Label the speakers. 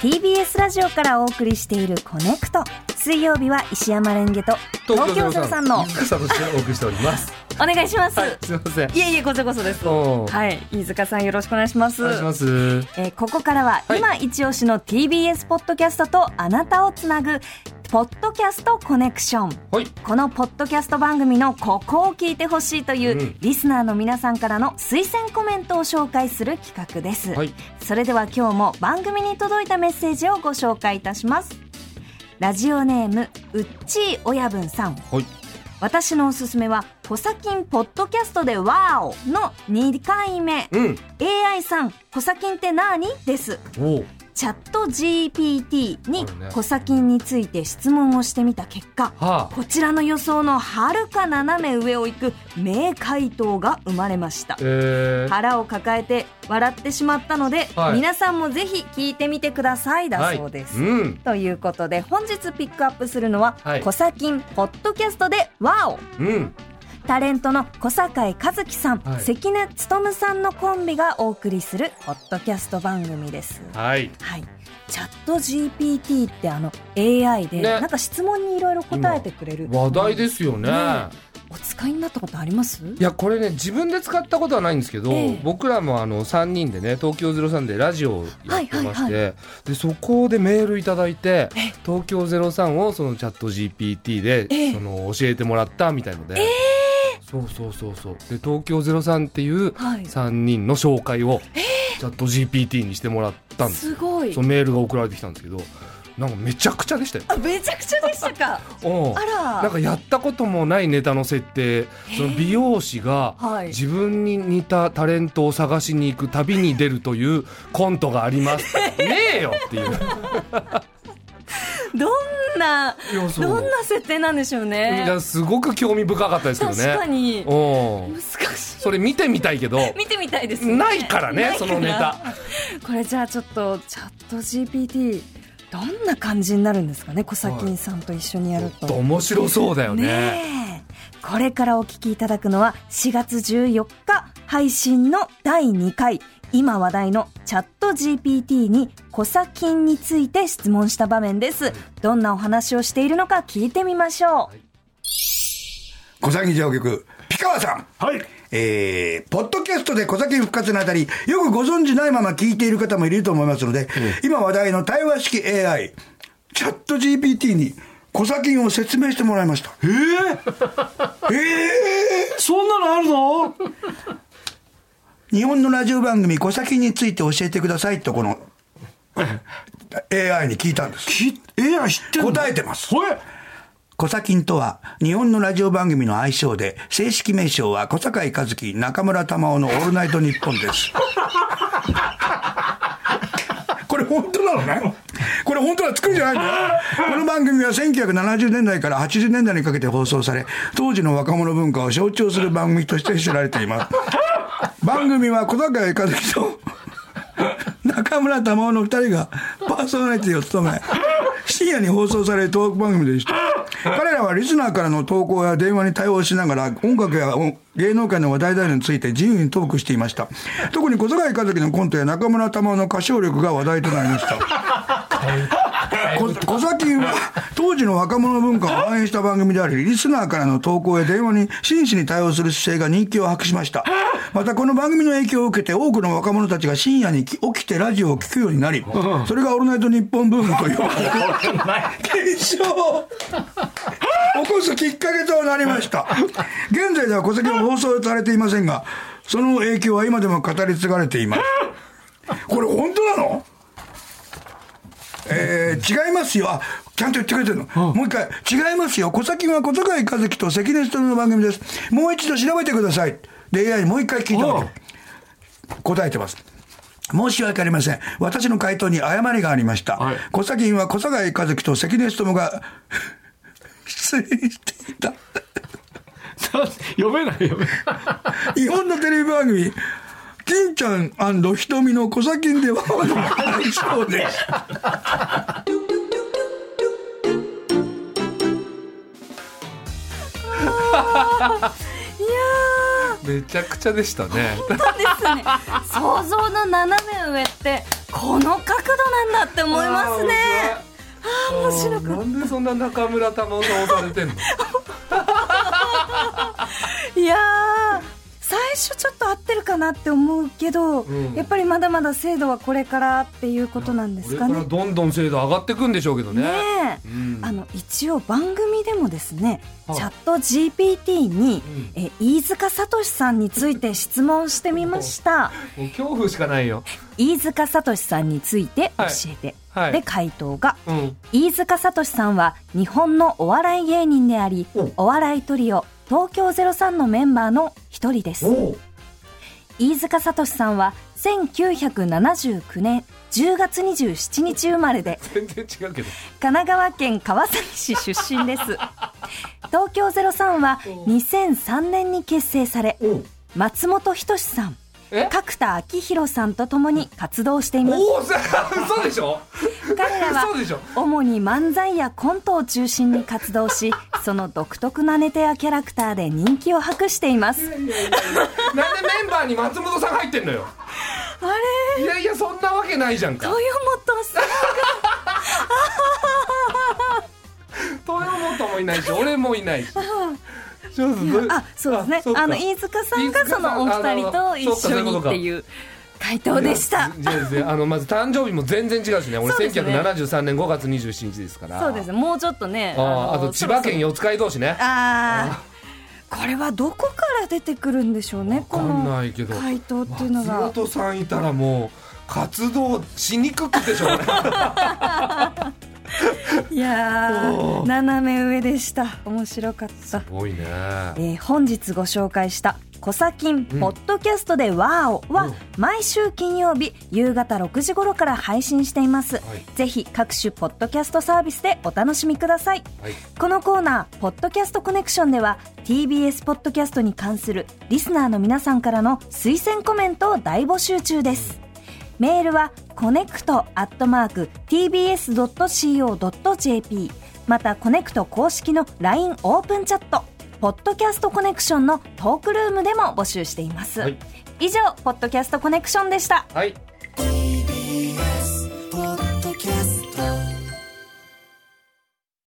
Speaker 1: TBS ラジオからお送りしている「コネクト」水曜日は石山レンゲと東京03さんの
Speaker 2: 飯塚としてお送りしており ます。
Speaker 1: お願いします、
Speaker 2: はい、すみません。
Speaker 1: い、えいえこそこそです
Speaker 2: おー
Speaker 1: はい飯塚さんよろしくお願いします
Speaker 2: お願いします。
Speaker 1: えーここからは
Speaker 2: はい
Speaker 1: 今一押しの TBS ポッドキャストとあなたをつなぐポッドキャストコネクション
Speaker 2: はい。
Speaker 1: このポッドキャスト番組のここを聞いてほしいという、
Speaker 2: うん
Speaker 1: リスナーの皆さんからの推薦コメントを紹介する企画です、
Speaker 2: はい。
Speaker 1: それでは今日も番組に届いたメッセージをご紹介いたしますラジオネームうっちー親分さん
Speaker 2: はい。
Speaker 1: 私のおすすめは「コサキンポッドキャストでワーオ!」の2回目
Speaker 2: うん。
Speaker 1: AI さん「コサキンって何?」です
Speaker 2: おお。
Speaker 1: チャット GPT に
Speaker 2: これね
Speaker 1: コサキンについて質問をしてみた結果
Speaker 2: はあ。
Speaker 1: こちらの予想のはるか斜め上を行く名回答が生まれました
Speaker 2: えー。
Speaker 1: 腹を抱えて笑ってしまったので、
Speaker 2: はい
Speaker 1: 皆さんもぜひ聞いてみてくださいだそうです、
Speaker 2: はい、うん。
Speaker 1: ということで本日ピックアップするのは
Speaker 2: はい
Speaker 1: 「コサキンポッドキャストでワオ!」
Speaker 2: うん。
Speaker 1: タレントの小坂井和樹さん、
Speaker 2: はい
Speaker 1: 関根勤さんのコンビがお送りするポッドキャスト番組です。
Speaker 2: はい。
Speaker 1: はい。チャット GPT ってあの AI で、
Speaker 2: ね
Speaker 1: なんか質問にいろいろ答えてくれる。
Speaker 2: 話題ですよね。
Speaker 1: ねお使いになったことあります？
Speaker 2: いやこれね自分で使ったことはないんですけど、
Speaker 1: ええ
Speaker 2: 僕らもあの3人でね東京03でラジオをやってまして、
Speaker 1: はいはい
Speaker 2: でそこでメールいただいて東京03をそのチャット GPT で、
Speaker 1: ええ
Speaker 2: その教えてもらったみたいので、そうそうそうそうで東京03っていう
Speaker 1: はい。
Speaker 2: 3人の紹介をチャット GPT にしてもらったんです
Speaker 1: すごい
Speaker 2: そ。のメールが送られてきたんですけどなんかめちゃくちゃでしたよ。
Speaker 1: あめちゃくちゃでした か。
Speaker 2: うん
Speaker 1: あ
Speaker 2: なん
Speaker 1: ら。
Speaker 2: かやったこともないネタの設定その美容師が
Speaker 1: はい
Speaker 2: 自分に似たタレントを探しに行く旅に出るというコントがあります ねえよっていう
Speaker 1: どんなどん
Speaker 2: い
Speaker 1: な設定なんでしょうね。
Speaker 2: やすごく興味深かったですけど
Speaker 1: 確
Speaker 2: ね
Speaker 1: かに
Speaker 2: うん
Speaker 1: 難しい。
Speaker 2: それ見てみたいけど
Speaker 1: 見てみたいですね。
Speaker 2: ないからね
Speaker 1: ない
Speaker 2: そ
Speaker 1: から
Speaker 2: のネタ
Speaker 1: これじゃあちょっとチャット GPT どんな感じになるんですかね小崎んさんと一緒にやる
Speaker 2: ち
Speaker 1: と。
Speaker 2: ょっと面白そうだよね
Speaker 1: ねえこれからお聞きいただくのは4月14日配信の第2回今話題のチャット GPT に小崎んについて質問した場面です。どんなお話をしているのか聞いてみましょう。
Speaker 3: 小崎上局、ピカワさん。
Speaker 4: はい。
Speaker 3: えー、ポッドキャストで小崎復活のあたり、よくご存知ないまま聞いている方もいると思いますので、今話題の対話式 AI、チャット GPT に小崎を説明してもらいました。
Speaker 4: えー、
Speaker 3: え
Speaker 4: そんなのあるの
Speaker 3: ー、日本のラジオ番組、小崎について教えてくださいと、この、AI に聞いたんです。
Speaker 4: き、えや、知ってんの
Speaker 3: 答えてます
Speaker 4: ほえ
Speaker 3: コサキンとは、日本のラジオ番組の愛称で、正式名称は小坂井和樹、中村玉緒のオールナイトニッポンです。 これ本当なのね。これ本当は作るじゃないんだよ。この番組は1970年代から80年代にかけて放送され、当時の若者文化を象徴する番組として知られています。番組は小坂井和樹と、中村玉緒の二人がパーソナリティを務め、深夜に放送されるトーク番組でした。彼らはリスナーからの投稿や電話に対応しながら、音楽や音芸能界の話題などについて自由にトークしていました。特に小坂井和樹のコントや中村玉緒の歌唱力が話題となりました。こ小崎は当時の若者文化を反映した番組であり、リスナーからの投稿や電話に真摯に対応する姿勢が人気を博しました。またこの番組の影響を受けて多くの若者たちが深夜に起きてラジオを聞くようになり、それがオールナイトニッポンブームという現象を起こすきっかけとなりました。現在では小崎は放送されていませんが、その影響は今でも語り継がれています。これ本当なのえー違いますよ。あちゃんと言ってくれてるの。もう一回、違いますよ。小崎は小坂井和樹と関根勤の番組です。もう一度調べてください。で、AI にもう一回聞いてもらう答えてます。申し訳ありません。私の回答に誤りがありました。
Speaker 4: はい
Speaker 3: 小崎は小坂井和樹と関根勤が失礼していた。
Speaker 4: な読めない、読めない。
Speaker 3: 日本のテレビ番組、金ちゃんひとみの小崎では、愛称です。
Speaker 1: いや
Speaker 2: めちゃくちゃでしたね
Speaker 1: ー、本当ですね。想像の斜め上ってこの角度なんだって思いますねあー面白く
Speaker 2: なんでそんな中村玉緒さん押され てんの
Speaker 1: いやー最初ちょっと合ってるかなって思うけど、
Speaker 2: ん
Speaker 1: やっぱりまだまだ精度はこれからっていうことなんで
Speaker 2: こ
Speaker 1: す
Speaker 2: れ
Speaker 1: か
Speaker 2: か
Speaker 1: ね。
Speaker 2: らどんどん精度上がってくんでしょうけどね
Speaker 1: ねえ、
Speaker 2: うん
Speaker 1: あの一応番組でもですね、
Speaker 2: はい
Speaker 1: チャット GPT に、え飯塚聡さんについて質問してみました。
Speaker 2: もう恐怖しかないよ
Speaker 1: 飯塚聡さんについて教えて、
Speaker 2: はいはい
Speaker 1: で回答が
Speaker 2: うん
Speaker 1: 飯塚聡さんは日本のお笑い芸人でありお笑いトリオ東京03のメンバーの一人です飯塚聡さんは1979年10月27日生まれで
Speaker 2: 全然違うけど
Speaker 1: 神奈川県川崎市出身です東京03は2003年に結成され松本人志さん
Speaker 2: え
Speaker 1: 角田昭弘さんと共に活動しています
Speaker 2: おお嘘嘘でしょ
Speaker 1: 彼らは
Speaker 2: 嘘でしょ
Speaker 1: 主に漫才やコントを中心に活動しその独特なネタやキャラクターで人気を博しています
Speaker 2: いやいやいやなんでメンバーに松本さん入ってんのよ
Speaker 1: あれ
Speaker 2: いやいやそんなわけないじゃんか
Speaker 1: 豊本さん
Speaker 2: 豊本もいないし俺もいないしちょっとど
Speaker 1: あそうですね
Speaker 2: そっか
Speaker 1: あの飯塚さん
Speaker 2: 飯
Speaker 1: が
Speaker 2: 塚
Speaker 1: そ
Speaker 2: さん
Speaker 1: のお二人と一緒
Speaker 2: あ
Speaker 1: に
Speaker 2: の
Speaker 1: っていう回答でした
Speaker 2: じゃあですねあのまず誕生日も全然違うしね俺
Speaker 1: そうですね
Speaker 2: 1973年5月27日ですから
Speaker 1: そうですもうちょっとね
Speaker 2: あーあ
Speaker 1: の
Speaker 2: と千葉県
Speaker 1: そろ
Speaker 2: 四街道市ね
Speaker 1: そろあーこれはどこから出てくるんでしょうねこ
Speaker 2: わかん
Speaker 1: の
Speaker 2: ないけど
Speaker 1: 回答っていうのが
Speaker 2: 松本さんいたらもう活動しにくくてしょうがない
Speaker 1: いやー斜め上でした面白かった
Speaker 2: 多いね
Speaker 1: えー本日ご紹介した「コサキンポッドキャストでワーオ」は毎週金曜日夕方6時頃から配信しています、
Speaker 2: い
Speaker 1: ぜひ各種ポッドキャストサービスでお楽しみください
Speaker 2: はい
Speaker 1: このコーナー「ポッドキャストコネクション」では TBS ポッドキャストに関するリスナーの皆さんからの推薦コメントを大募集中です、メールはコネクトアットマーク tbs.co.jp またコネクト公式の LINE オープンチャットポッドキャストコネクションのトークルームでも募集しています、
Speaker 2: はい
Speaker 1: 以上ポッドキャストコネクションでした
Speaker 2: はい